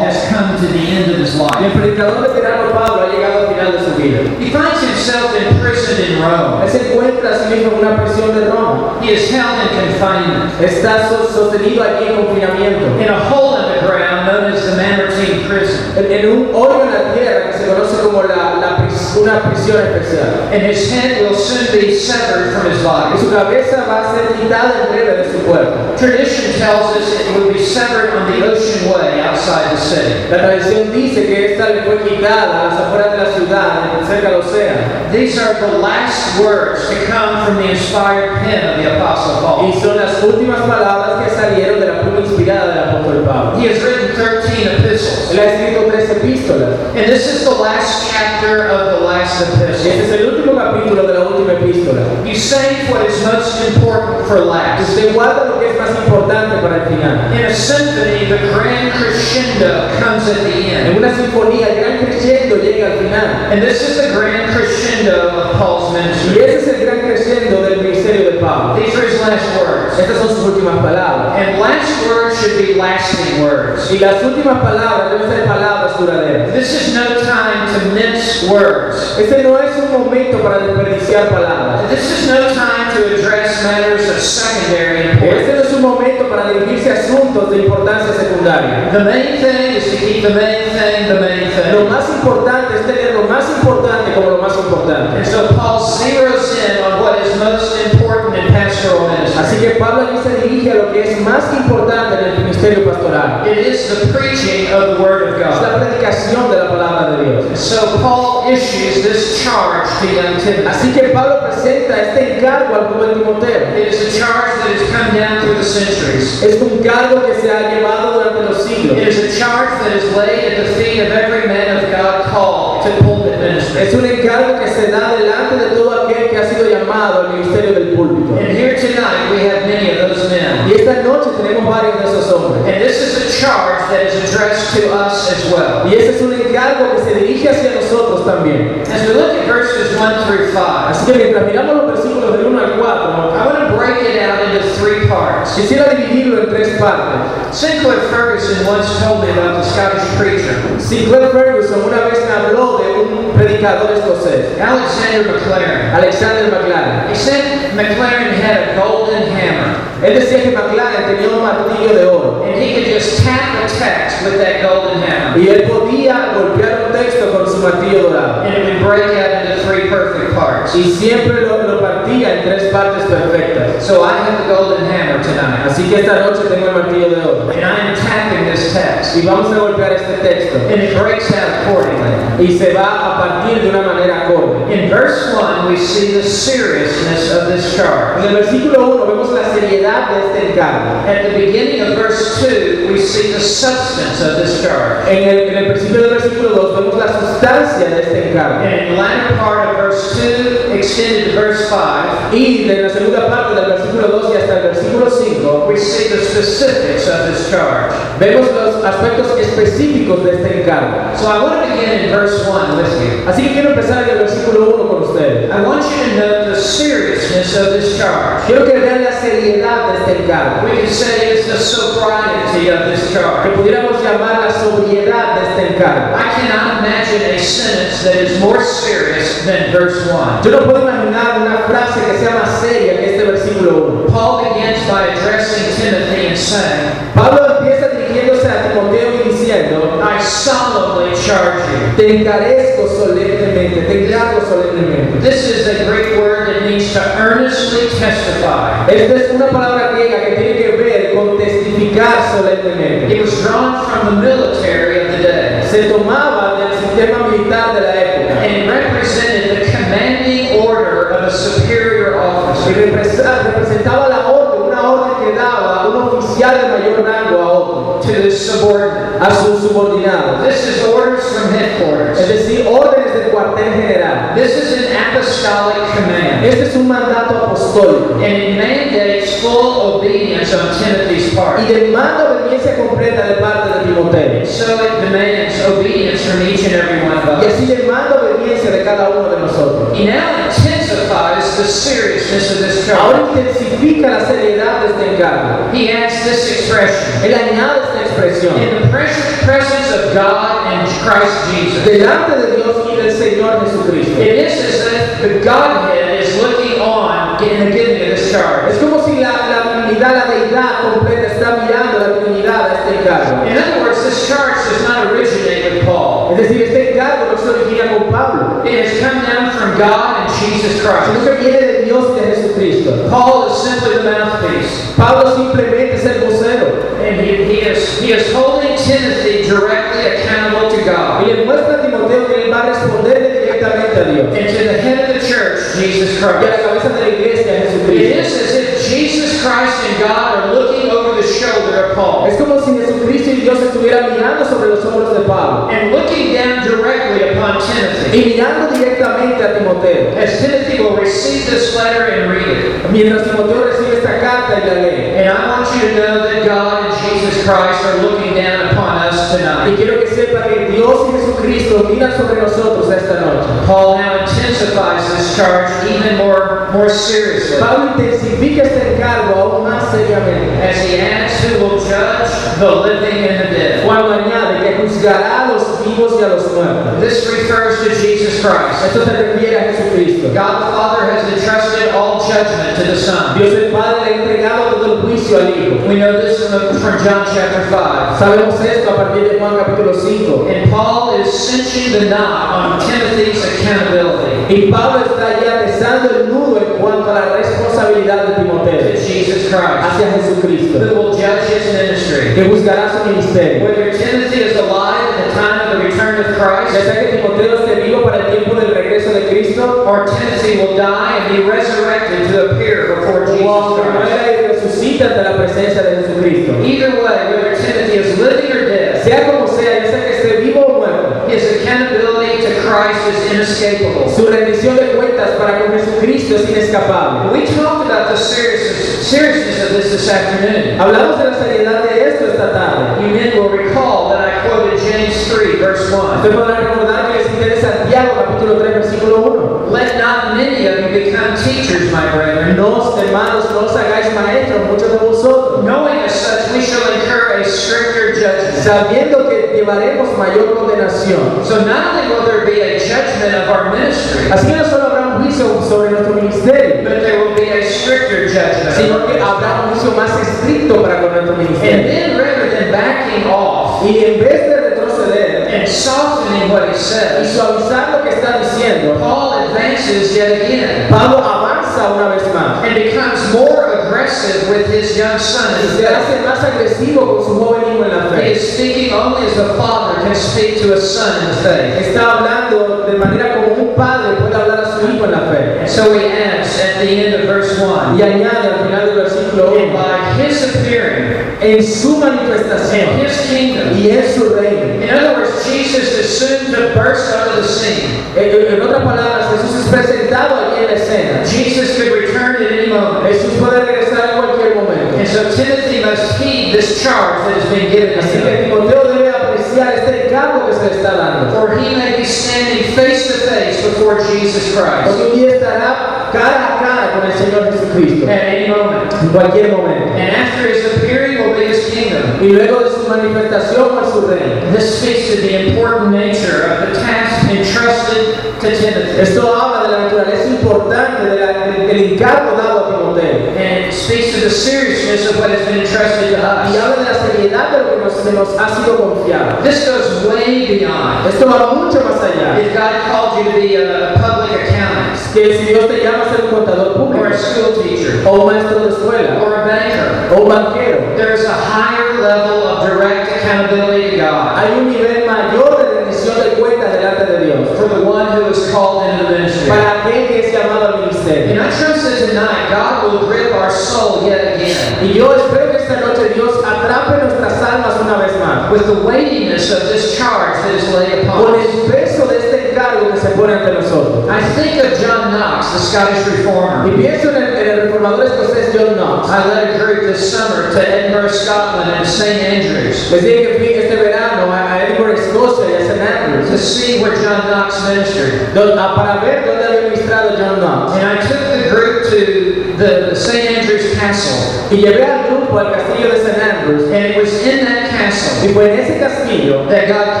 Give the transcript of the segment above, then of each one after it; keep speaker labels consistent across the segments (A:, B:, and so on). A: has come to the end of his
B: Y el
A: life.
B: predicador veterano Pablo ha llegado al final de su vida.
A: He finds himself in prison in
B: Él
A: Rome.
B: se encuentra a sí mismo en una prisión de Roma.
A: He is held in confinement
B: Está so- sostenido allí en confinamiento.
A: in a hole in the ground known as the Mamertine prison.
B: En, en un hoyo en la tierra que se conoce como la, la pris- una prisión especial.
A: And his head will soon be severed from his
B: Y
A: body.
B: su cabeza va a ser quitada en breve de su cuerpo.
A: Tradition tells us it would be severed on the ocean way outside the city.
B: La tradición dice que esta le fue quitada a las afueras de la ciudad, cerca del océano.
A: These are the last words to come from the inspired pen of the Apostle
B: Y
A: Paul.
B: son las últimas palabras que salieron de la pluma inspirada del apóstol Pablo.
A: He has written 13 epistles.
B: Él ha escrito tres epístolas.
A: And this is the last chapter of the last
B: Este
A: epistle.
B: es el último capítulo de la última epístola.
A: You save what is most important for last.
B: Usted guarda lo que es más importante para el final.
A: In a symphony, the grand crescendo comes at the
B: En
A: end.
B: una sinfonía, el gran crescendo llega al final.
A: And this is the grand crescendo of Paul's
B: Y
A: ministry.
B: ese es el gran crescendo del ministerio de Pablo.
A: These are his last words.
B: Estas son sus últimas palabras.
A: And last words should be lasting words.
B: Y las últimas palabras deben ser palabras duraderas.
A: This is no time to mince words.
B: Este no es un momento para desperdiciar palabras.
A: This is no time to address matters of secondary
B: Este
A: importance.
B: no es un momento para dirigirse a asuntos de importancia secundaria.
A: The main thing is to keep the main thing the main
B: Lo
A: thing.
B: más importante es tener lo más importante como lo más importante.
A: And so Paul zeroes in on what is most important in pastoral ministry.
B: Así que Pablo aquí se dirige a lo que es más importante en el ministerio pastoral.
A: It is the preaching of the Word of
B: Es la
A: God.
B: predicación de la palabra de Dios.
A: So Paul issues this charge to young Timothy.
B: Así que Pablo presenta este encargo al joven Timoteo.
A: It is a charge that has come down through the centuries.
B: Es un cargo que se ha llevado durante los
A: It
B: siglos.
A: is a charge that is laid at the feet of every man of God called to pulpit ministry.
B: Es un encargo que se da delante de todo aquel que ha sido llamado al ministerio del púlpito.
A: And here tonight we have many of those men.
B: Y esta noche tenemos varios de esos hombres.
A: And this is a charge that is addressed to us as well.
B: Y ese es un encargo que se dirige hacia nosotros también.
A: As we look at verses 1 through 5,
B: Así que mientras miramos los versículos del 1 al 4,
A: I want to break it out into three parts.
B: quisiera dividirlo en tres partes.
A: Sinclair Ferguson once told me about the Scottish preacher,
B: Sinclair Ferguson una vez me habló de un predicador escocés,
A: Alexander McLaren.
B: Alexander McLaren.
A: He said McLaren had a golden hammer,
B: Él decía que McLaren tenía un martillo de oro
A: and he could just tap the text with that golden hammer,
B: y él podía golpear un texto con su martillo dorado.
A: and it would break out into three perfect parts.
B: Y siempre lo, lo partía en tres partes perfectas.
A: So I have the golden hammer tonight,
B: Así que esta noche tengo el martillo de oro
A: and I am tapping this text,
B: y vamos a golpear este texto.
A: and it breaks out accordingly.
B: Y se va a partir de una manera acorde.
A: In verse 1, we see the seriousness of this charge.
B: En el versículo 1 vemos la seriedad de este encargo.
A: At the beginning of verse 2, we see the substance of this charge.
B: En el, en el principio del versículo 2 vemos la sustancia de este encargo.
A: And in the latter part of verse 2, extended to verse 5,
B: Y de la segunda parte del versículo 2 y hasta el versículo 5
A: we see the specifics of this charge.
B: vemos los aspectos específicos de este encargo.
A: So I want to begin in verse 1 with you.
B: Así que quiero empezar en el versículo 1 con ustedes.
A: I want you to note the seriousness of this charge.
B: Quiero que vean la seriedad de este encargo.
A: We can say it's the sobriety of this
B: Que
A: charge.
B: pudiéramos llamar la sobriedad de este encargo.
A: I cannot imagine a sentence that is more serious than verse 1.
B: Yo no puedo imaginar una frase que sea más seria que este versículo 1.
A: Paul begins by addressing Timothy and saying,
B: Pablo empieza dirigiéndose a Timoteo y diciendo,
A: I solemnly charge you.
B: Te encarezco solemnemente, te encargo solemnemente.
A: This is the Greek word that means to earnestly testify.
B: Esta es una palabra griega que tiene que ver con testificar solemnemente.
A: It was drawn from the military of the day,
B: Se tomaba del sistema militar de la época
A: and it represented the commanding order of a superior
B: y
A: officer.
B: represa- representaba la orden, una orden que daba un oficial de mayor rango a otro,
A: to his subordinate.
B: a sus subordinados.
A: This is orders from
B: Es
A: headquarters.
B: decir, órdenes del cuartel general.
A: This is an apostolic command,
B: Este es un mandato apostólico
A: and it mandates full obedience on Timothy's part.
B: y demanda obediencia completa de parte de Timoteo.
A: So it demands obedience from each and every one of
B: Y
A: us.
B: así demanda obediencia de cada uno de nosotros.
A: He now intensifies emphasizes the seriousness of this
B: Ahora
A: charge.
B: intensifica la seriedad de este encargo.
A: He adds this expression
B: Él añade esta expresión.
A: in the pres- presence of God and Christ Jesus.
B: Delante de Dios y del Señor Jesucristo.
A: It is as if the Godhead is looking on in the giving of this charge.
B: Es como si la, la Trinidad, la deidad completa está mirando la Trinidad a este encargo.
A: In other words, this charge does not originate with Paul.
B: Es decir, este encargo no se origina con Pablo,
A: It has come down from God and Jesus
B: sino
A: Christ.
B: que viene de Dios y de Jesucristo.
A: Paul is simply the mouthpiece.
B: Pablo simplemente es el vocero
A: And he, he is he is holding Timothy directly accountable to
B: y
A: God
B: le muestra a Timoteo que él va a responderle directamente a Dios
A: and to the head of the church, Jesus
B: y a la
A: Christ.
B: cabeza de la iglesia,
A: It
B: Jesucristo.
A: is as if Jesus Christ and God are looking over the shoulder of Paul
B: Es como si Jesucristo y Dios estuvieran mirando sobre los hombros de Pablo
A: and looking down directly upon
B: y
A: Timothy.
B: mirando directamente a Timoteo.
A: As Timothy will receive this letter and read it.
B: Mientras Timoteo recibe esta carta y la lee.
A: And I want you to know that God and Jesus Christ are looking down upon us
B: Y
A: tonight.
B: quiero que sepa que Dios y Jesucristo miran sobre nosotros esta noche.
A: Paul now intensifies this charge even more, more seriously.
B: Pablo intensifica este encargo aún más seriamente
A: As he adds, who will judge the living and the dead?
B: cuando añade que juzgará a los vivos y a los muertos.
A: This refers to Jesus Christ.
B: Esto se refiere a Jesucristo.
A: God the Father has entrusted all judgment to the Son.
B: Dios el Padre le ha entregado todo el juicio al Hijo.
A: We know this from from John chapter 5.
B: Sabemos esto a partir de Juan capítulo 5.
A: And Paul is cinching the knot on Timothy's accountability
B: Y Pablo está ya besando el nudo en cuanto a la responsabilidad de
A: to
B: Timoteo
A: Jesus Christ,
B: hacia
A: who
B: Jesucristo,
A: will judge his ministry.
B: que juzgará su ministerio.
A: Whether Timothy is alive at the time of the return of
B: Ya
A: Christ,
B: sea que Timoteo esté vivo para el tiempo del regreso de Cristo,
A: or Timothy will die and be resurrected to appear before Jesus
B: o que
A: Christ.
B: muera y resucita ante la presencia de Jesucristo.
A: Either way, whether Timothy is living or dead,
B: Sea como sea, ya sea que esté vivo o muerto,
A: his accountability to Christ is inescapable.
B: su rendición de cuentas para con Jesucristo es inescapable.
A: We talked about the seriousness, seriousness of this this afternoon.
B: Hablamos de la seriedad de esto esta tarde.
A: You men will recall that I quoted James 3, verse 1.
B: Usted podrá recordar que les interesa Santiago capítulo 3 versículo 1.
A: Let not many of you become teachers, my brethren.
B: No, hermanos, no os hagáis maestros muchos de vosotros,
A: Knowing as such, we shall incur a stricter judgment.
B: sabiendo que llevaremos mayor condenación.
A: So not only will there be a judgment of our ministry,
B: Así que no solo habrá un juicio sobre nuestro ministerio,
A: but there will be a stricter
B: sino
A: judgment.
B: que habrá un juicio más estricto para con nuestro
A: And
B: ministerio.
A: then rather than backing off
B: Y en vez de retroceder
A: and softening what he
B: y
A: says,
B: suavizar lo que está diciendo,
A: Paul advances yet again
B: Pablo avanza una vez más
A: and becomes more aggressive with his young son.
B: y se hace más agresivo con su joven hijo en la
A: He
B: fe.
A: is speaking only as a father can speak to a son in the faith.
B: Está hablando de manera como un padre puede hablar a su hijo en la fe.
A: And so he adds at the end of verse 1
B: Y añade al final del versículo
A: And
B: 1,
A: by his appearing
B: en su
A: and
B: manifestación
A: his kingdom.
B: y en su reino.
A: In other words, Jesus is soon to burst onto the scene.
B: En, en- en otras palabras, Jesús es presentado aquí en la escena.
A: Jesus could return at any moment.
B: Jesús puede regresar en cualquier momento.
A: And so Timothy must heed this charge that has been given to
B: Así que
A: him.
B: Timoteo debe apreciar este encargo que se le está dando.
A: For he may be standing face to face before Jesus Christ
B: Porque un día estará cara a cara con el Señor Jesucristo.
A: at any moment.
B: En cualquier momento.
A: And after his appearing will be his kingdom.
B: y luego de su manifestación por su reino.
A: This speaks to the important nature of the task entrusted to Timothy.
B: Esto habla de la naturaleza importante de la- del, del encargo dado a Timoteo
A: And it speaks to the seriousness of what has been entrusted to
B: y
A: us.
B: habla de la seriedad de lo que nos, se nos ha sido confiado.
A: This goes way beyond.
B: Esto va mucho más allá.
A: If God called you to be a public accountant,
B: Que si Dios te llama a ser un
A: or
B: contador
A: a
B: público,
A: school teacher,
B: o un maestro de escuela,
A: or a banker,
B: o un banquero,
A: there is a higher level of direct accountability to God
B: hay un nivel mayor de rendición de cuentas delante de Dios
A: for the one who is called into the ministry.
B: para aquel que es llamado al ministerio.
A: And I trust that tonight God will grip our soul yet again
B: Y yo espero que esta noche Dios atrape nuestras almas una vez más
A: with the weightiness of this charge that is laid upon
B: con
A: us.
B: el peso de este encargo que se pone ante nosotros.
A: I think of John Knox, the Scottish
B: Y
A: reformer.
B: pienso en el, en el reformador escocés John Knox.
A: I led a group this summer to Edinburgh, Scotland and St. Andrews
B: Les dije que fui este verano a, a Edinburgh, Escocia y a St.
A: to
B: Andrews
A: see where John Knox ministered.
B: don- a- para ver dónde había ministrado John Knox.
A: And I took the to the, the St. Andrew's Castle.
B: Y llevé al grupo al castillo de St. Andrews.
A: And it was in that castle
B: Y fue en ese castillo
A: that God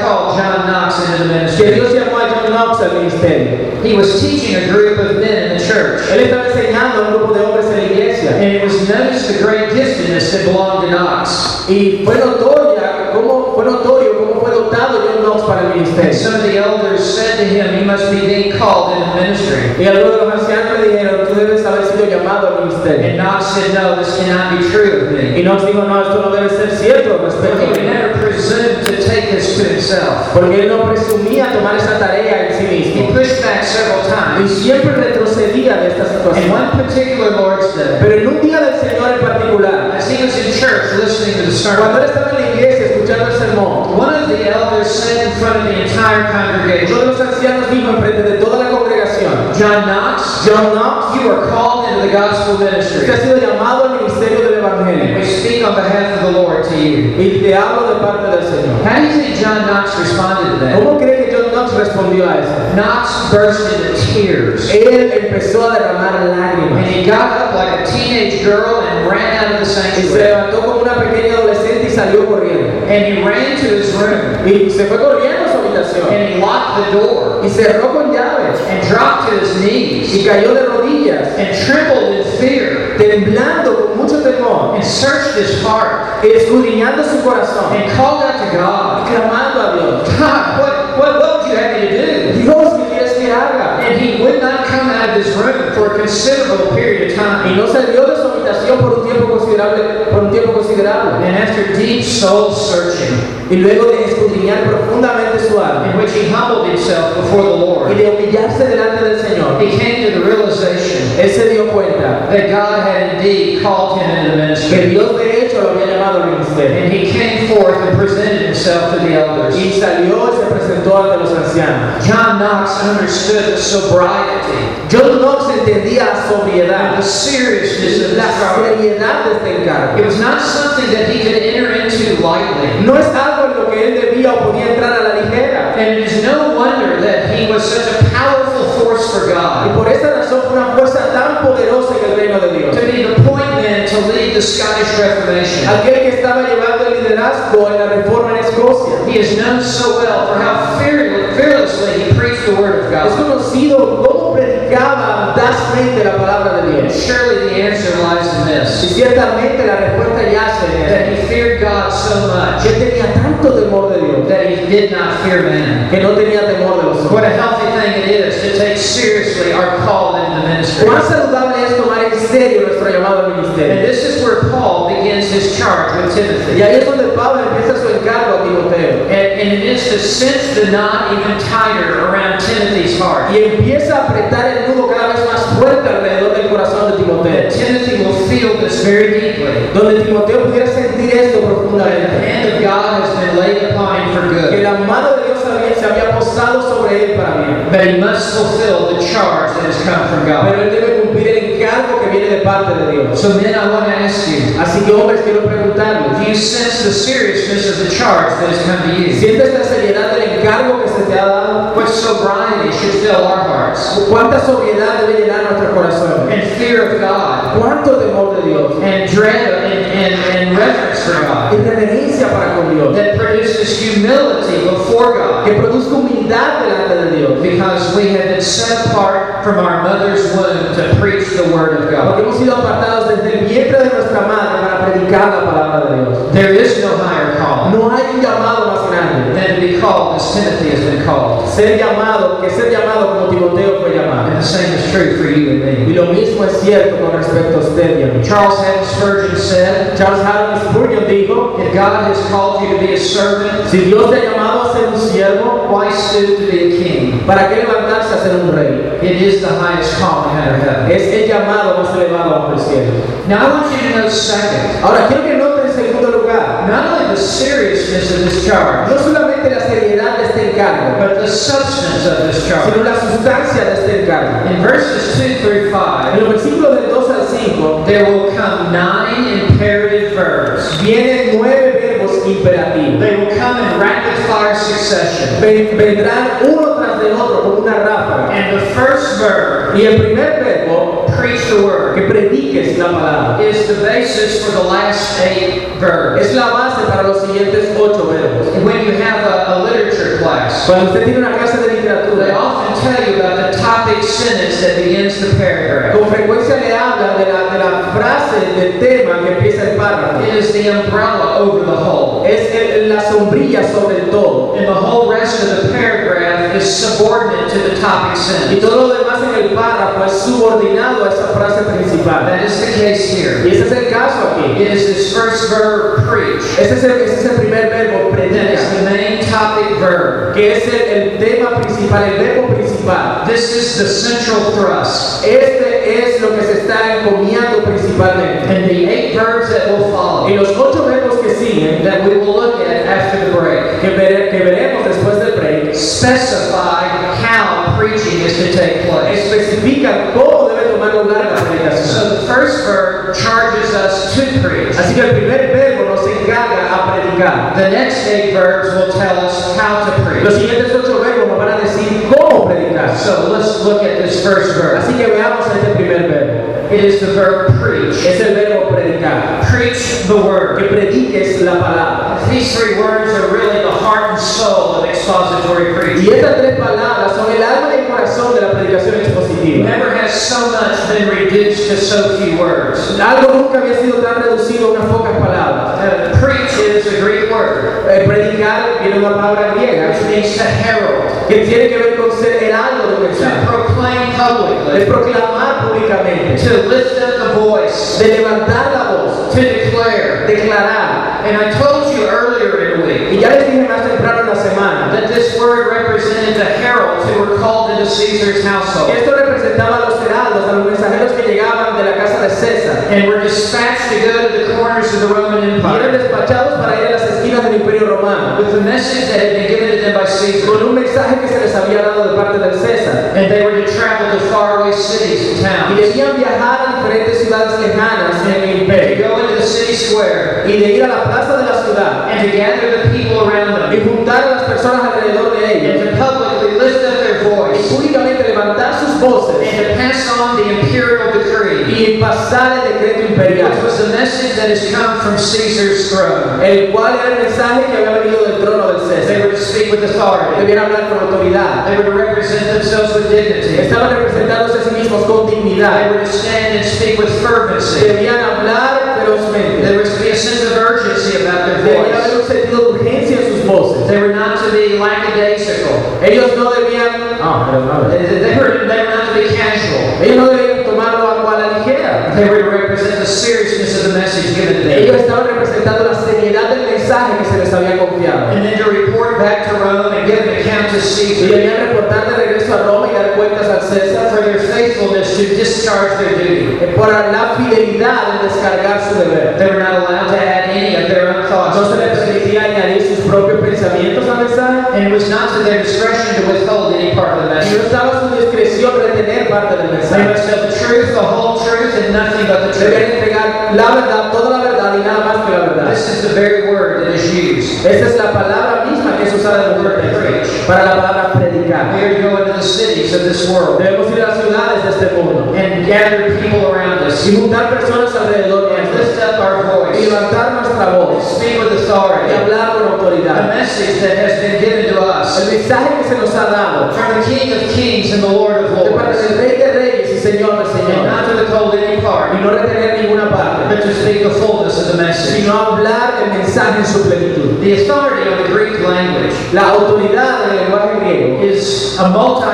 A: called John Knox into the
B: que
A: ministry.
B: Dios llamó a John Knox al ministerio.
A: He was teaching a group of men in the church.
B: Él estaba enseñando a un grupo de hombres en la iglesia.
A: And it was noticed the great giftedness that belonged to Knox.
B: Y fue notoria, cómo, fue notorio cómo fue dotado John Knox para el
A: And
B: ministerio.
A: some of the elders said to him, You must be being called into ministry.
B: Y algunos de los ancianos le dijeron, tú debes haber sido llamado al ministerio.
A: And Knox said, No, this cannot be true of me.
B: Y Knox dijo, no, esto no debe ser cierto
A: But he
B: respecto a
A: would
B: mí.
A: never presume to take this to himself.
B: Porque él no presumía tomar esa tarea en sí
A: He
B: mismo.
A: pushed back several
B: Y
A: times.
B: siempre retrocedía de esta
A: And
B: situación.
A: one particular Lord's Day,
B: Pero en un día del Señor en particular,
A: as he was in church listening to the
B: cuando
A: sermon,
B: él estaba en la iglesia escuchando el sermón,
A: one of the elders said in front of the entire
B: uno
A: congregation,
B: de los ancianos dijo en frente de toda la congregación,
A: John Knox,
B: John Knox,
A: you are called into the gospel
B: usted ha
A: ministry.
B: sido llamado al ministerio del
A: And we
B: Evangelio
A: speak on behalf of the Lord to you.
B: y te hablo de parte del Señor.
A: How do you think John Knox responded to that?
B: ¿Cómo cree que John Knox respondió a eso?
A: Knox burst into tears.
B: Él empezó a derramar
A: And
B: lágrimas
A: he got up like a teenage girl and ran out of the
B: y se
A: sanctuary.
B: levantó como una pequeña adolescente y salió corriendo.
A: And he ran to his room.
B: Y se fue corriendo a su habitación
A: And he locked the door.
B: y cerró con llaves
A: And dropped to his
B: y
A: knees.
B: cayó de rodillas,
A: And trembled in fear.
B: temblando con mucho temor,
A: And searched his heart.
B: escudriñando su corazón.
A: And called out to God.
B: clamando a Dios.
A: God, what, what, what would you have me to do?
B: Dios, ¿qué quieres que haga?
A: And he would not come out of his room for a considerable period of
B: Y
A: time.
B: no salió de su habitación por un tiempo considerable, por un tiempo considerable.
A: And after deep soul searching,
B: Y luego de escudriñar profundamente su alma
A: in which he humbled himself before the
B: y
A: Lord,
B: de humillarse delante del Señor,
A: he came to the realization
B: él se dio cuenta
A: that God had indeed called him into
B: que
A: ministry.
B: Dios de hecho lo había llamado al ministerio.
A: And he came forth and presented himself to the elders.
B: Y salió y se presentó ante los ancianos.
A: John Knox understood the sobriety,
B: John Knox entendía la
A: the
B: sobriedad,
A: seriousness of this
B: la
A: problem.
B: seriedad de este
A: It
B: encargo.
A: was not something that he could enter into lightly.
B: No es algo en lo que él debía o podía entrar a la ligera.
A: And it is no wonder that he was such a powerful force for
B: Y
A: God.
B: por esa razón fue una fuerza tan poderosa en el reino de Dios.
A: To be the point man to lead the Scottish Reformation.
B: Aquel que estaba llevando el liderazgo en la reforma en Escocia.
A: He is known so well for how fear- fearlessly he preached the Word of
B: Es
A: God.
B: conocido cómo predicaba audazmente la palabra de Dios.
A: Surely the answer lies in
B: Y
A: this.
B: ciertamente la respuesta yace en él.
A: that he feared God so much
B: Que él tenía tanto temor de Dios
A: that he did not fear man.
B: que no tenía temor de los
A: What
B: hombres.
A: a healthy thing it is to take seriously our call into the ministry.
B: Cuán saludable es tomar en serio nuestro llamado al
A: And
B: ministerio.
A: this is where Paul begins his charge with
B: Y
A: Timothy.
B: ahí es donde Pablo empieza su encargo a Timoteo.
A: And, and it is to sense the knot even tighter around Timothy's heart.
B: Y empieza a apretar el nudo cada vez más fuerte alrededor del corazón de Timoteo.
A: That Timothy will feel this very deeply.
B: donde Timoteo pudiera sentir esto
A: That the
B: profundamente,
A: hand of God has been laid upon him for
B: que
A: good.
B: la mano de Dios había- se había posado sobre él para bien,
A: But he must fulfill the charge that has come from God.
B: pero él debe cumplir el encargo que viene de parte de Dios.
A: So men, I want to ask you,
B: Así que hombres, quiero preguntarles,
A: do you sense the seriousness of the charge that has come to you?
B: ¿sientes la seriedad del encargo que se te ha dado?
A: What sobriety should fill our hearts,
B: ¿Cuánta sobriedad debe llenar nuestro corazón?
A: and fear of God,
B: ¿Cuánto temor de Dios?
A: and dread of- and, and, and reverence for
B: ¿Y
A: God,
B: reverencia para con Dios?
A: that produces humility before
B: Que
A: God,
B: produzca humildad delante de Dios.
A: because we have been set apart from our mother's womb to preach the Word of God.
B: Porque hemos sido apartados desde el vientre de nuestra madre para predicar la palabra de Dios.
A: There is no higher call
B: No hay un llamado más grande.
A: than to be called as Timothy has been called.
B: ser llamado, que ser llamado como Timoteo fue llamado.
A: And the same is true for you and
B: Y
A: me.
B: lo mismo es cierto con respecto a usted y a mí.
A: Charles Haddon Spurgeon said,
B: Charles Haddon Spurgeon dijo,
A: If God has called you to be a servant,
B: si Dios te ha llamado a ser un siervo,
A: why stoop to be a king?
B: ¿para qué levantarse a ser un rey?
A: It is the highest calling under heaven.
B: Es el Este llamado más elevado bajo el cielo.
A: Now I want you to know second,
B: Ahora, quiero que note en segundo lugar,
A: not only the seriousness of this charge,
B: no solamente la seriedad de este encargo,
A: but the substance of this charge.
B: sino la sustancia de este encargo.
A: In verses 2 through 5,
B: En los versículos del 2 al 5
A: there will come nine imperative verbs.
B: vienen nueve verbos imperativos.
A: They will come in rapid fire succession.
B: Ven- Vendrán uno tras del otro como una ráfaga.
A: And the first verb,
B: Y el primer verbo,
A: preach the word,
B: que prediques la palabra,
A: is the basis for the last eight verbs.
B: es la base para los siguientes ocho verbos.
A: When you have a, a literature class,
B: Cuando usted tiene una clase de
A: they
B: literatura,
A: often tell you about the topic sentence that begins the paragraph.
B: con frecuencia le habla de la, de la frase, del tema que empieza el párrafo.
A: It is the umbrella over the whole.
B: Es el- la sombrilla sobre el todo.
A: And the whole rest of the paragraph is subordinate to the topic
B: Y
A: sentence.
B: todo lo demás en el párrafo es subordinado a esa frase principal.
A: That is the case
B: Y
A: here.
B: ese es el caso aquí.
A: It is this first verb, preach,
B: Ese es el, ese es el primer verbo,
A: that
B: predica,
A: is the main topic verb.
B: que es el, el tema principal, el verbo principal.
A: This is the central thrust.
B: Este es lo que se está encomiando principalmente.
A: And the eight verbs that will
B: Y
A: follow,
B: los ocho verbos que siguen,
A: that we will look at after the break,
B: que, vere- que veremos después del break,
A: specify how preaching is to take place.
B: especifican cómo debe tomar lugar la predicación.
A: So the first verb charges us to preach.
B: Así que el primer verbo nos encarga a predicar.
A: The next eight verbs will tell us how to
B: Los
A: preach.
B: siguientes ocho verbos nos van a decir cómo predicar.
A: So let's look at this first verb.
B: Así que veamos este primer verbo.
A: It is the verb preach.
B: Es el verbo predicar.
A: Preach the
B: Que
A: word.
B: prediques la palabra.
A: These three words are really the heart and soul of expository
B: Y
A: preaching.
B: estas tres palabras son el alma y el corazón de la predicación expositiva.
A: Never has so much been reduced to so few words.
B: Algo nunca había sido tan reducido a unas pocas palabras.
A: Uh, preach is a Greek word,
B: Eh, predicar viene una palabra griega
A: which means to herald,
B: que tiene que ver con ser heraldo de un
A: to
B: mensaje.
A: proclaim
B: Es
A: publicly,
B: proclamar públicamente.
A: to lift up the voice,
B: De levantar la voz.
A: to declare.
B: Declarar.
A: And I told you earlier in the week
B: Y ya les dije más temprano en la semana.
A: that this word represented the heralds who were called into Caesar's household
B: Esto representaba a los heraldos, a los mensajeros que llegaban de la casa de César.
A: and were dispatched to go to the corners of the Roman
B: y eran
A: Empire
B: despachados para ir a las esquinas del Imperio Romano,
A: with the message that had been given to them by Caesar.
B: con un mensaje que se les había dado de parte del César.
A: And they were to travel to faraway cities and
B: Y
A: towns,
B: debían viajar a diferentes ciudades lejanas en el
A: to
B: imperio,
A: go into the city square,
B: y de ir a la plaza de la ciudad,
A: and to gather the people around them.
B: y juntar a las personas alrededor de
A: and
B: ellos,
A: to publicly lift up their
B: y
A: voice
B: públicamente levantar sus voces,
A: and to pass on the imperial decree,
B: y pasar el decreto imperial,
A: which was the message that has come from Caesar's throne.
B: el cual era el mensaje que había venido del trono del
A: They
B: César.
A: were to speak with authority.
B: Debían hablar con autoridad,
A: They were to represent themselves with dignity.
B: estaban representándose a sí mismos con
A: They
B: dignidad,
A: were to stand and speak with fervency.
B: debían hablar ferozmente.
A: There was to be a sense of urgency about their
B: Debía haber
A: voice.
B: un sentido de urgencia en sus voces.
A: They were not to be lackadaisical.
B: Ellos no debían.
A: They they were, they were not to be casual.
B: Ellos no debían tomarlo algo a la ligera.
A: They were to represent the seriousness of the message given to
B: Ellos
A: them.
B: estaban representando la seriedad del mensaje que se les había confiado.
A: And then to report back to Rome and give an account to
B: Y
A: Caesar.
B: debían reportar de regreso a Roma y dar cuentas al César eh,
A: for their faithfulness to discharge their duty.
B: por la fidelidad en descargar su deber.
A: They were not allowed to add any of their own thoughts.
B: No se les permitía añadir sus propios pensamientos al mensaje.
A: And it was not to their discretion to withhold any part of the
B: Y no
A: message.
B: estaba a su discreción retener parte del
A: They
B: mensaje.
A: must tell the truth, the whole truth, and nothing but the
B: Debían
A: truth.
B: entregar la verdad, toda la verdad y nada más que la verdad.
A: This is the very word that is used.
B: Esa es la palabra misma que es usada en el texto para la palabra
A: We
B: predicar.
A: are to go into the cities of this world
B: Debemos ir a las ciudades de este mundo
A: and gather people around us
B: y juntar personas alrededor de
A: and
B: nosotros
A: lift up our
B: y
A: voice,
B: levantar nuestra voz
A: speak with
B: y
A: authority.
B: hablar con
A: A
B: autoridad.
A: message that has been given to us
B: El mensaje que se nos ha dado
A: from the King of Kings and the Lord of
B: de parte
A: Lords,
B: del Rey de Reyes y Señor de
A: and
B: Señor
A: not to withhold any part.
B: y no retener ninguna parte,
A: but to speak the fullness of the message.
B: sino hablar el mensaje en su plenitud.
A: The authority of the Greek language
B: La autoridad del lenguaje griego
A: is a multi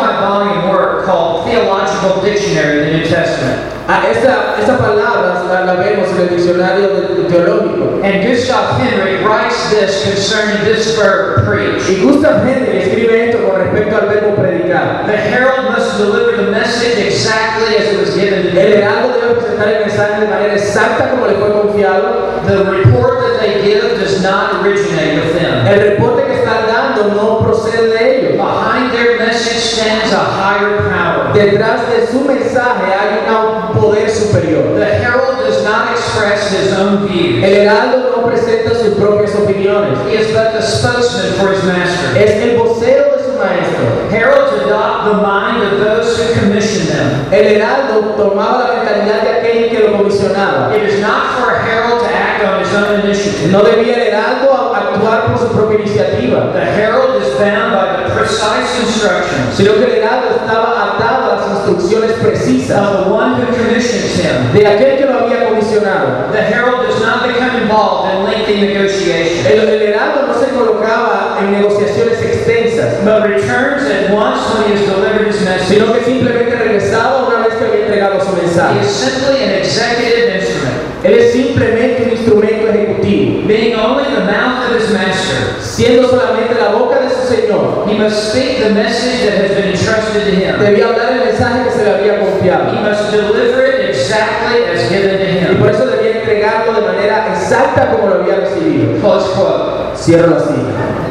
A: multi-volume work called Theological Dictionary of the New Testament.
B: a Ah, esa, esa palabra la, la vemos en el diccionario de- teológico.
A: And Gustav Henry writes this concerning this verb preach.
B: Y Gustav Henry escribe esto con respecto al verbo predicar.
A: The herald must deliver the message exactly as it was given to
B: El
A: them.
B: heraldo debe presentar el mensaje de manera exacta como le fue confiado.
A: The report that they give does not originate with them.
B: El reporte que están dando no procede de ellos.
A: Behind their message stands a higher power.
B: Detrás de su mensaje hay una- un poder superior.
A: The herald does not express his own views.
B: El heraldo no presenta sus propias opiniones.
A: He is but the spokesman for his master.
B: Es el vocero de su maestro. maestro.
A: Heralds adopt the mind of those who commission them.
B: El heraldo tomaba la mentalidad de aquel que lo comisionaba.
A: It is not for a herald to act on his own initiative.
B: No debía el heraldo a- actuar por su propia iniciativa,
A: The herald is bound by the precise instructions
B: sino que el heraldo estaba atado a las instrucciones precisas
A: of the one who commissions him.
B: de aquel que lo había comisionado.
A: The herald does not become involved in lengthy negotiations,
B: El, el heraldo no se colocaba en negociaciones extensas,
A: but returns at once when he has delivered his message.
B: sino que simplemente regresaba una vez que había entregado su
A: He
B: mensaje.
A: is simply an executive instrument,
B: Él es simplemente un instrumento ejecutivo,
A: being only the mouth of his master.
B: siendo solamente la boca de su Señor.
A: He must speak the message that has been entrusted to him.
B: Debía hablar el mensaje que se le había
A: He
B: confiado.
A: must deliver it exactly as given to
B: Y por
A: him.
B: eso debía entregarlo de manera exacta como lo había recibido.
A: Close quote.
B: Cierro así.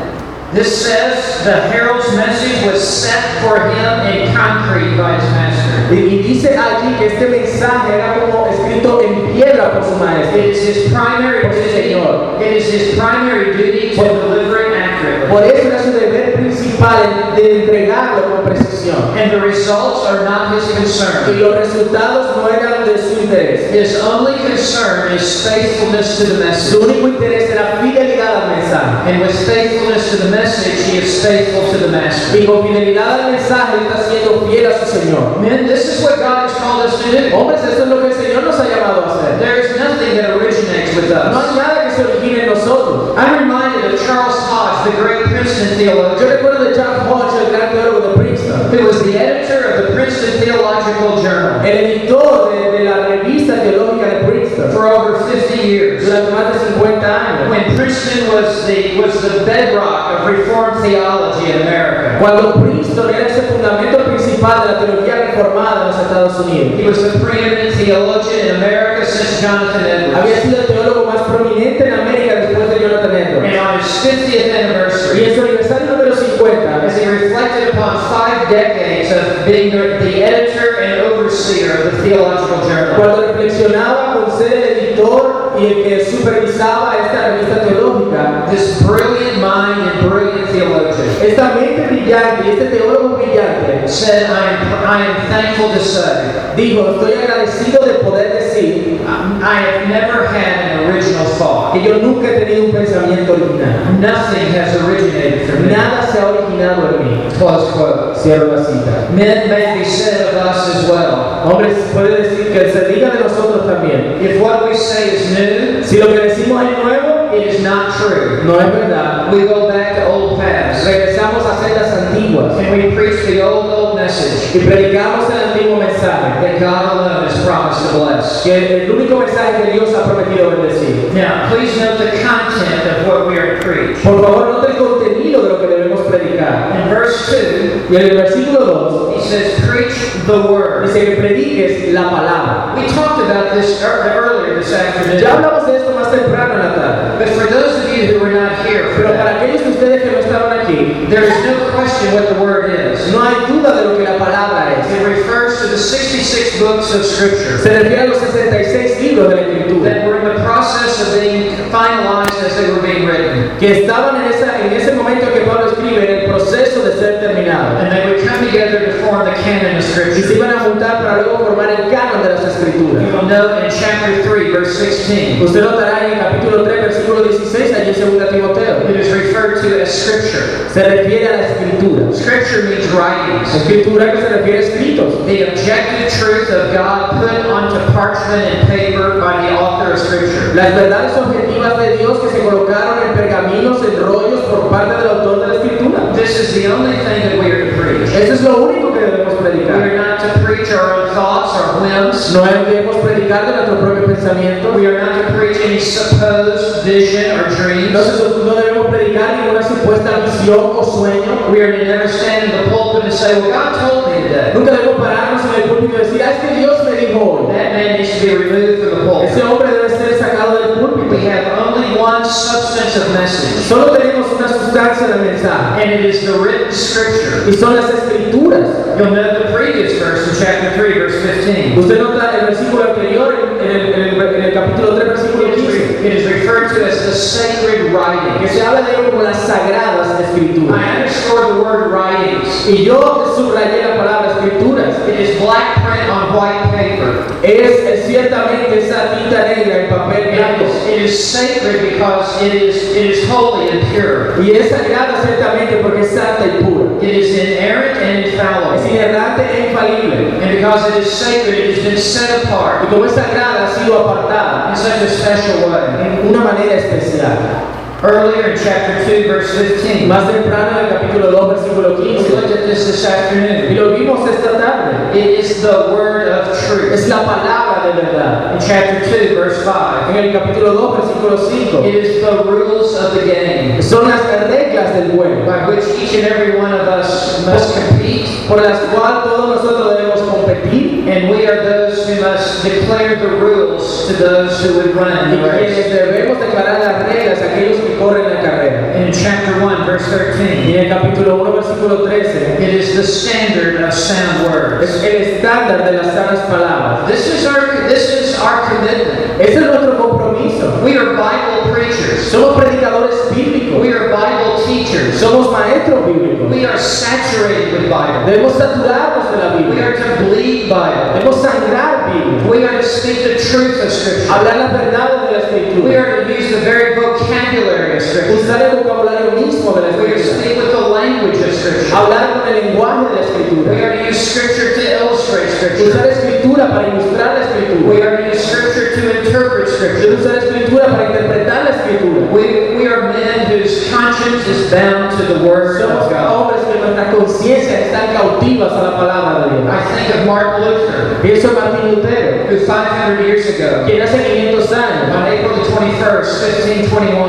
A: This says the herald's message was set for him in concrete by his master.
B: Y, y dice allí que este mensaje era como escrito en piedra por su maestro.
A: It is his primary duty. It is his primary duty to deliver it accurately.
B: Por eso era su deber principal de entregarlo con precisión.
A: And the results are not his
B: Y
A: concern.
B: los resultados no eran de su interés.
A: His only concern is faithfulness to the message.
B: Su único interés era fidelidad al mensaje.
A: And with faithfulness to the message, he is faithful to the master.
B: Y con fidelidad al mensaje él está siendo fiel a su Señor.
A: Men, this is what God has called us to do.
B: Hombres, eso es lo que el Señor nos ha llamado a hacer.
A: There is nothing that originates with
B: No
A: us.
B: hay nada que se origine en nosotros.
A: I'm reminded of Charles Hodge, the great Princeton
B: Yo
A: theologian,
B: recuerdo de Charles Hodge, el gran teólogo de Princeton,
A: who was the editor of the Princeton Theological Journal
B: el editor de, de la revista teológica de Princeton
A: for over 50 years.
B: durante más de 50 años.
A: When Princeton was the, was the bedrock of Reformed theology in America,
B: Cuando Princeton era ese fundamento principal de la teología reformada en los Estados Unidos,
A: he was the preeminent theologian in America since Jonathan
B: había
A: Edwards.
B: sido el teólogo más prominente en América después de Jonathan Edwards.
A: And on his 50th
B: Y
A: anniversary,
B: en su aniversario número 50,
A: as he reflected upon five decades of being the the editor and overseer of the Theological Journal.
B: Cuando reflexionaba con ser el editor y el que supervisaba esta revista teológica,
A: This brilliant mind and brilliant theologian
B: esta mente brillante, este teólogo brillante,
A: said, I am, I am thankful to say,
B: dijo, estoy agradecido de poder decir
A: I have never had an original thought.
B: que yo nunca he tenido un pensamiento original.
A: Nothing has originated from me.
B: Nada se ha originado en mí.
A: Close quote.
B: Cierro la cita.
A: Men may be said of us as well.
B: Hombres, puede decir que se diga de nosotros también.
A: If what we say is new,
B: Si lo que decimos es nuevo,
A: it is not true.
B: no es verdad.
A: We go back to old paths
B: Regresamos a sendas antiguas
A: and we preach the old, old message.
B: y predicamos el antiguo mensaje,
A: that God alone is promised to bless.
B: que el único mensaje que Dios ha prometido bendecir.
A: Now, please note the content of what we are to preach.
B: Por favor, nota el contenido de lo que debemos predicar.
A: In verse 2,
B: Y en el versículo 2
A: he says, Preach the word.
B: dice que prediques la palabra.
A: We talked about this ear- earlier this
B: Ya
A: afternoon,
B: hablamos de esto más temprano en la tarde.
A: but for those of you who were not here for
B: Pero
A: that,
B: para aquellos de ustedes que no estaban aquí,
A: there is no question what the word is.
B: no hay duda de lo que la palabra es.
A: It refers to the 66 books of Scripture
B: Se refiere a los 66 libros de la Escritura
A: that were in the process of being finalized as they were being written.
B: que estaban en, esa- en ese momento que Pablo escribe, en el proceso de ser terminado.
A: And they would come together to form the canon of
B: Y se
A: Scripture.
B: iban a juntar para luego formar el canon de las
A: You
B: Escrituras.
A: will note in chapter 3, verse 16.
B: Usted notará en el capítulo 3, versículo 16, allí en 2 Timoteo,
A: It is referred to as scripture.
B: se refiere a la Escritura.
A: Scripture means writings.
B: Escritura que se refiere a escritos.
A: The objective truth of God put onto parchment and paper by the author of scripture.
B: Las verdades objetivas de Dios que se colocaron en pergaminos, en rollos por parte del autor de la escritura.
A: This is the only thing that we are to preach.
B: Eso es lo único que debemos
A: We
B: predicar.
A: are not to preach our own thoughts or whims.
B: No debemos predicar de nuestro propio pensamiento.
A: We are not to preach any supposed vision or
B: No,
A: dreams.
B: se- no debemos predicar ninguna supuesta visión o sueño.
A: We are to never stand in the pulpit and say, Well, God told me today.
B: Nunca debemos pararnos en el púlpito y decir, ah, es que Dios me dijo hoy.
A: That man needs to be removed from the pulpit.
B: Ese hombre debe ser sacado del
A: We
B: púlpito.
A: have only one substance of message.
B: Solo tenemos una, sus- sustancia del mensaje.
A: and it is the written scripture.
B: Y son las escrituras.
A: You'll note the previous verse in chapter 3, verse 15.
B: Usted nota el versículo anterior, en el, en el- en el capítulo 3, versículo
A: It is,
B: 15,
A: re- it is referred to as the sacred
B: que
A: writings.
B: se habla de ello como las sagradas escrituras.
A: I underscore the word writings.
B: Y yo subrayé la palabra escrituras.
A: It is black print on white paper.
B: Es eh, ciertamente esa tinta negra en papel
A: It
B: blanco.
A: is, it is sacred because it is, it is holy and pure.
B: Y es sagrada ciertamente porque es santa y pura.
A: It is inerrant and infallible.
B: Es inerrante e infalible.
A: And because it is sacred, it has been set
B: Y
A: apart
B: como es sagrada ha sido apartada
A: in such a special way.
B: en una manera especial.
A: Earlier in chapter 2, verse 15, we
B: Más temprano en el capítulo 2, versículo 15.
A: looked at this this
B: Y
A: afternoon.
B: lo vimos esta tarde.
A: It is the word of truth.
B: Es la palabra de verdad.
A: In chapter 2, verse 5,
B: En el capítulo 2, versículo 5.
A: it is the rules of the game
B: Son las reglas del juego
A: by which each and every one of us must compete,
B: por las cuales todos nosotros debemos competir.
A: and we are those who must declare the rules to those who would run
B: Y
A: the race.
B: quienes debemos declarar las reglas a aquellos que corren la carrera.
A: In chapter 1, verse
B: Y
A: 13,
B: en el capítulo 1, versículo 13,
A: it is the standard of sound
B: es
A: words.
B: el estándar de las sanas palabras.
A: This is our, this is our commitment.
B: Ese es nuestro compromiso.
A: We are Bible preachers.
B: Somos predicadores bíblicos.
A: We are Bible teachers.
B: Somos maestros bíblicos.
A: We are saturated with Bible.
B: Debemos saturarnos de la
A: We
B: Biblia.
A: are to bleed Bible.
B: Debemos sangrar Biblia.
A: We are to speak the truth of Scripture.
B: Hablar las verdades de la
A: We
B: Escritura.
A: are to use the very vocabulary of Scripture.
B: Usar el vocabulario mismo de la
A: We are to
B: Escritura.
A: speak with the language of Scripture.
B: Hablar con el lenguaje de la Escritura.
A: We are to use Scripture to illustrate Scripture.
B: Usar la escritura para ilustrar la
A: We
B: escritura.
A: are to use Scripture to interpret Scripture.
B: Usar la escritura para interpretar la escritura.
A: We, we are men whose conscience is bound to the Word of
B: Somos
A: God.
B: hombres que nuestras conciencias están cautivas a la palabra de Dios.
A: I think of Martin Luther,
B: Pienso en Martín Lutero,
A: who 500 years ago,
B: quien hace 500 años,
A: on April the 21st, 1521,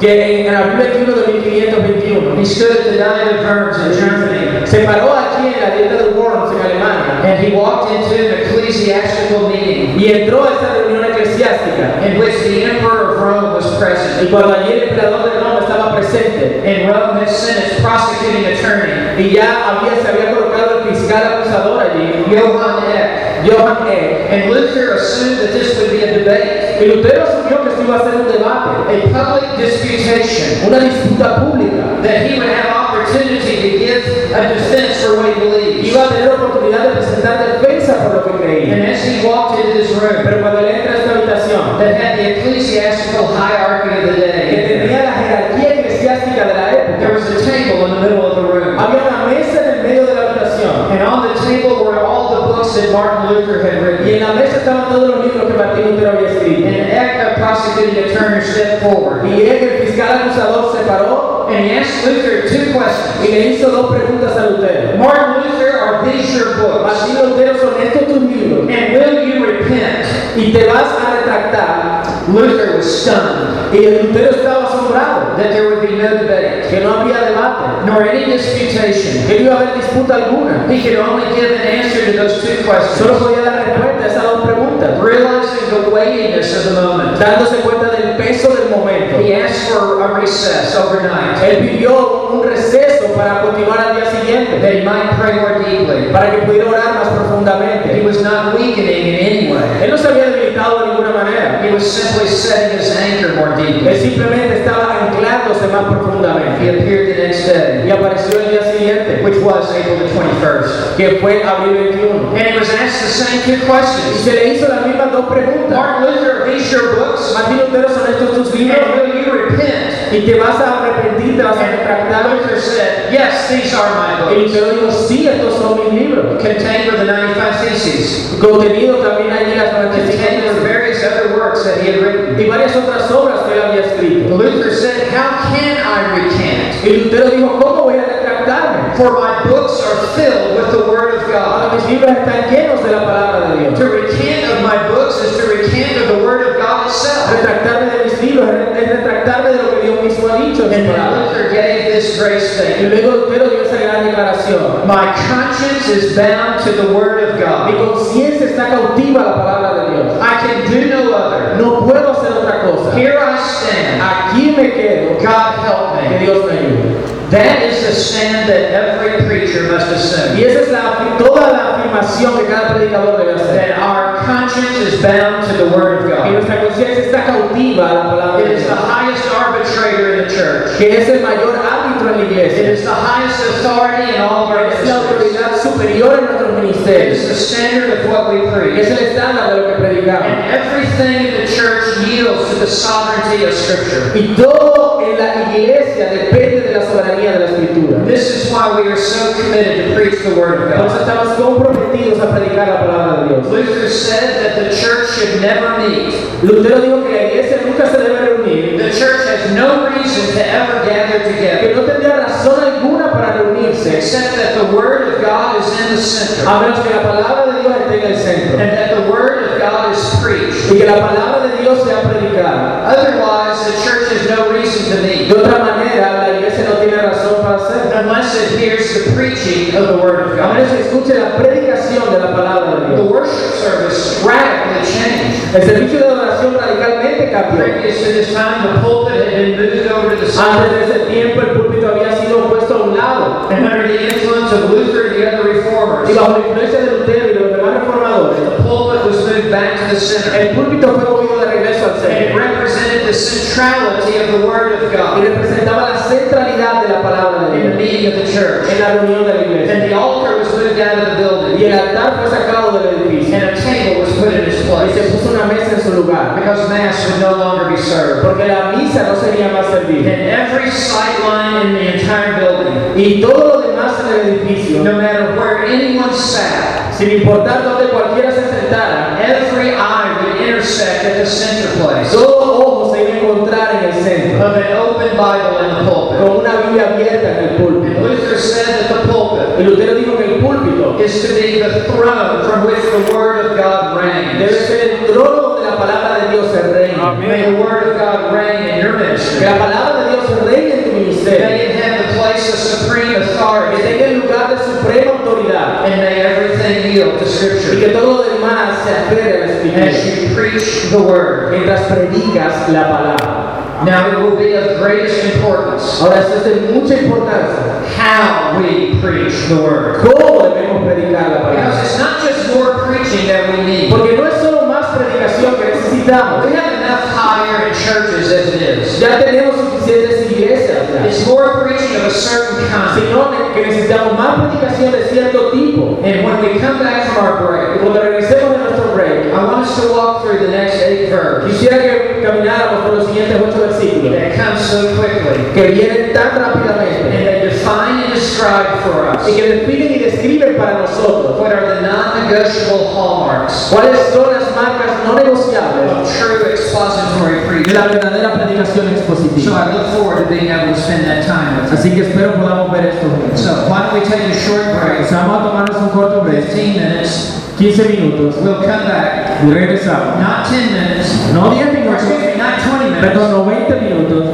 B: que en abril 21 de 1521,
A: He stood at the Diet of Worms in Germany,
B: se paró aquí en la dieta de Worms, en Alemania,
A: and he walked into an ecclesiastical meeting
B: y entró a esa reunión eclesiástica.
A: in which the Emperor of Rome was
B: Y
A: present.
B: cuando allí el emperador de Roma estaba presente,
A: And Rome had sent its prosecuting attorney,
B: y ya había, se había colocado el fiscal acusador allí,
A: Johann Eck.
B: Johann Eck,
A: And Luther assumed that this would be a debate,
B: Y Lutero asumió que esto iba a ser un debate,
A: a public disputation,
B: una disputa pública.
A: that he would have opportunity to give a defense for what he believed.
B: Iba a tener oportunidad de presentar defensa por lo que
A: And
B: creía.
A: as he walked into this room
B: Pero cuando él entra a esta habitación,
A: that had the ecclesiastical hierarchy of the
B: que
A: day,
B: tenía la jerarquía eclesiástica de la
A: there
B: época,
A: was a table in the middle of the room.
B: había una mesa en el medio de la habitación.
A: And on the table were all the books that Martin Luther had
B: Y
A: written.
B: en la mesa estaban todos los libros que Martín Lutero había
A: And
B: escrito.
A: Eck, a prosecuting attorney, stepped forward.
B: Y él, el fiscal acusador, se paró
A: And he asked Luther two questions.
B: y le hizo dos preguntas a Lutero.
A: Martin Luther, are these your books?
B: Martín Lutero, son estos tus libros.
A: And will you repent?
B: Y te vas a retractar.
A: Luther was stunned
B: Y el Lutero estaba asombrado,
A: that there would be no debate,
B: que no había debate.
A: nor any disputation.
B: que no iba a haber disputa alguna.
A: He could only give an answer to those two questions,
B: Solo podía dar respuesta a esas dos preguntas,
A: realizing the weightiness of the moment.
B: dándose cuenta del peso del momento.
A: He asked for a recess overnight
B: Él pidió un receso para continuar al día siguiente,
A: that he might pray more deeply.
B: para que pudiera orar más
A: He
B: profundamente.
A: was not weakening in any way.
B: Él no se había debilitado de ninguna manera,
A: He was simply setting his anchor more
B: él
A: deeply.
B: simplemente estaba anclándose más
A: He
B: profundamente.
A: appeared the next
B: Y
A: day,
B: apareció el día siguiente,
A: which was April the 21st.
B: que fue abril 21.
A: And he was asked the same two
B: Y
A: questions.
B: se le hizo las mismas dos preguntas.
A: Martin Luther, are these your books?
B: Martín Lutero, son estos tus libros.
A: And will you repent?
B: Y te vas a arrepentir, te vas a
A: And
B: retractar.
A: Luther said, yes, these are my
B: Y
A: books.
B: Lutero dijo, sí, estos son mis libros.
A: Contained were the 95 Theses,
B: Contenido también allí las
A: contained were
B: franquicias
A: various other works that he had written.
B: y varias otras obras que él había escrito.
A: Luther said, how can I recant?
B: Y Lutero dijo, ¿cómo voy a retractarme?
A: For my books are filled with the Word of
B: Ahora
A: God.
B: mis libros están llenos de la palabra
A: To
B: de Dios.
A: recant of my books is to recant of the Word of God itself.
B: Retractarme de mis libros es retractarme de lo que Dios mismo ha dicho en su
A: And
B: palabra.
A: Luther gave this grace
B: Y
A: statement.
B: luego, pero dio esa gran declaración.
A: My conscience is bound to the Word of
B: Mi
A: God.
B: conciencia está cautiva a la palabra de Dios.
A: I can do no other.
B: No puedo hacer otra cosa.
A: Here I stand.
B: Aquí me quedo.
A: God help
B: Que
A: me.
B: Dios me ayude.
A: That is the stand that every preacher must
B: Y
A: assume.
B: esa es la, toda la afirmación que cada predicador debe hacer.
A: That our conscience is bound to the Word of
B: Que
A: God.
B: nuestra conciencia está cautiva a la palabra
A: It
B: de
A: is the
B: Dios.
A: highest arbitrator in the church.
B: Que es el mayor árbitro en la
A: It
B: iglesia.
A: is the highest authority in all of our
B: Es la
A: ministries.
B: autoridad superior en nuestros
A: It is
B: ministerios.
A: the standard of what we
B: Es
A: preach.
B: el estándar de lo que predicamos.
A: And everything in the church yields to the sovereignty of Scripture.
B: Y todo en la iglesia depende de la soberanía de la escritura.
A: This is why we are so committed to preach the Word of
B: Por eso
A: God.
B: estamos comprometidos a predicar la palabra de Dios.
A: Luther said that the church should never meet.
B: Lutero dijo que la iglesia nunca se debe reunir,
A: The church has no reason to ever gather together
B: que no tendría razón alguna para reunirse,
A: except that the Word of God is in the center
B: a menos que la palabra de Dios esté en el centro
A: and that the Word of God is preached.
B: y que la palabra de Dios sea predicada.
A: Otherwise, the church has no reason to meet.
B: De otra manera, la iglesia no tiene razón para hacerlo,
A: unless it hears the preaching of the Word of
B: a menos
A: God.
B: que escuche la predicación de la palabra de
A: The
B: Dios.
A: worship service radically changed.
B: El servicio de adoración radicalmente cambió.
A: Previous to this time, the pulpit had been moved over to the side,
B: Antes de ese tiempo, el púlpito había sido puesto a un lado.
A: and under the influence of Luther and the other
B: Y
A: reformers,
B: bajo la influencia de Lutero y los demás reformadores,
A: the pulpit was moved back to the center.
B: el púlpito fue movido de regreso al
A: And it
B: centro
A: represented the centrality of the Word of
B: y
A: God
B: representaba la centralidad de la palabra de
A: in the
B: Dios
A: meeting of the church.
B: en la reunión de la iglesia.
A: And the altar was moved out of the
B: Y
A: building,
B: el altar fue sacado del edificio
A: and a table was put in its
B: y se
A: place
B: puso una mesa en su lugar
A: because Mass would no longer be served.
B: porque la misa no sería más servida.
A: And every sight line in the entire building
B: Y todo lo demás en el edificio,
A: No matter where anyone sat,
B: sin importar donde cualquiera se sentara,
A: every eye would intersect at the center place
B: todo ojo se iba a encontrar en el centro
A: of an open Bible in the pulpit.
B: con una Biblia abierta en el
A: And
B: púlpito.
A: Luther said that the pulpit
B: Y Lutero dijo que el púlpito
A: is to be the throne from which the Word of God
B: Debe
A: reigns.
B: ser el trono donde la palabra de Dios se reina.
A: May the Word of God reign in your
B: Que
A: ministry.
B: la palabra de Dios reine en tu ministerio.
A: May it have the place of supreme
B: Que
A: authority,
B: tenga el lugar de suprema autoridad.
A: and may everything yield to
B: Y que
A: Scripture
B: todo lo demás se aferre a la
A: as
B: escritura.
A: you preach the Word.
B: Mientras predicas la palabra.
A: Now it will be of greatest importance
B: Ahora, eso es de mucha importancia.
A: how we preach the Word.
B: ¿Cómo debemos predicar la palabra?
A: Because it's not just more preaching that we need.
B: Porque no es solo más predicación que necesitamos.
A: We have enough higher in churches as it is.
B: Ya tenemos suficientes iglesias. ya.
A: It's more preaching of a certain kind.
B: Sino que necesitamos más predicación de cierto tipo.
A: And when we come back from our
B: Y
A: break,
B: cuando regresemos de nuestro break,
A: I want us to walk through the next eight verbs
B: Quisiera que camináramos por los siguientes ocho versículos
A: that come so quickly.
B: que vienen tan
A: And
B: rápidamente
A: they define and describe for
B: y
A: us
B: que definen y describen para nosotros
A: what are the non-negotiable hallmarks
B: cuáles son las marcas no negociables
A: of true expository
B: de
A: preaching.
B: la verdadera predicación
A: So
B: expositiva.
A: I look forward to being able to spend that time with
B: Así que espero podamos ver esto
A: you.
B: juntos.
A: So why don't we take a short
B: O
A: break,
B: sea, vamos a tomarnos un corto break,
A: 15 minutes.
B: 15 minutos,
A: We'll come back.
B: y regresamos.
A: Not 10 minutes.
B: No 10
A: Or
B: minutos,
A: excuse me, not 20 minutes.
B: perdón, 90 minutos,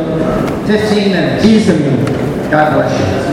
A: 15 minutes.
B: 15 minutos.
A: God bless you.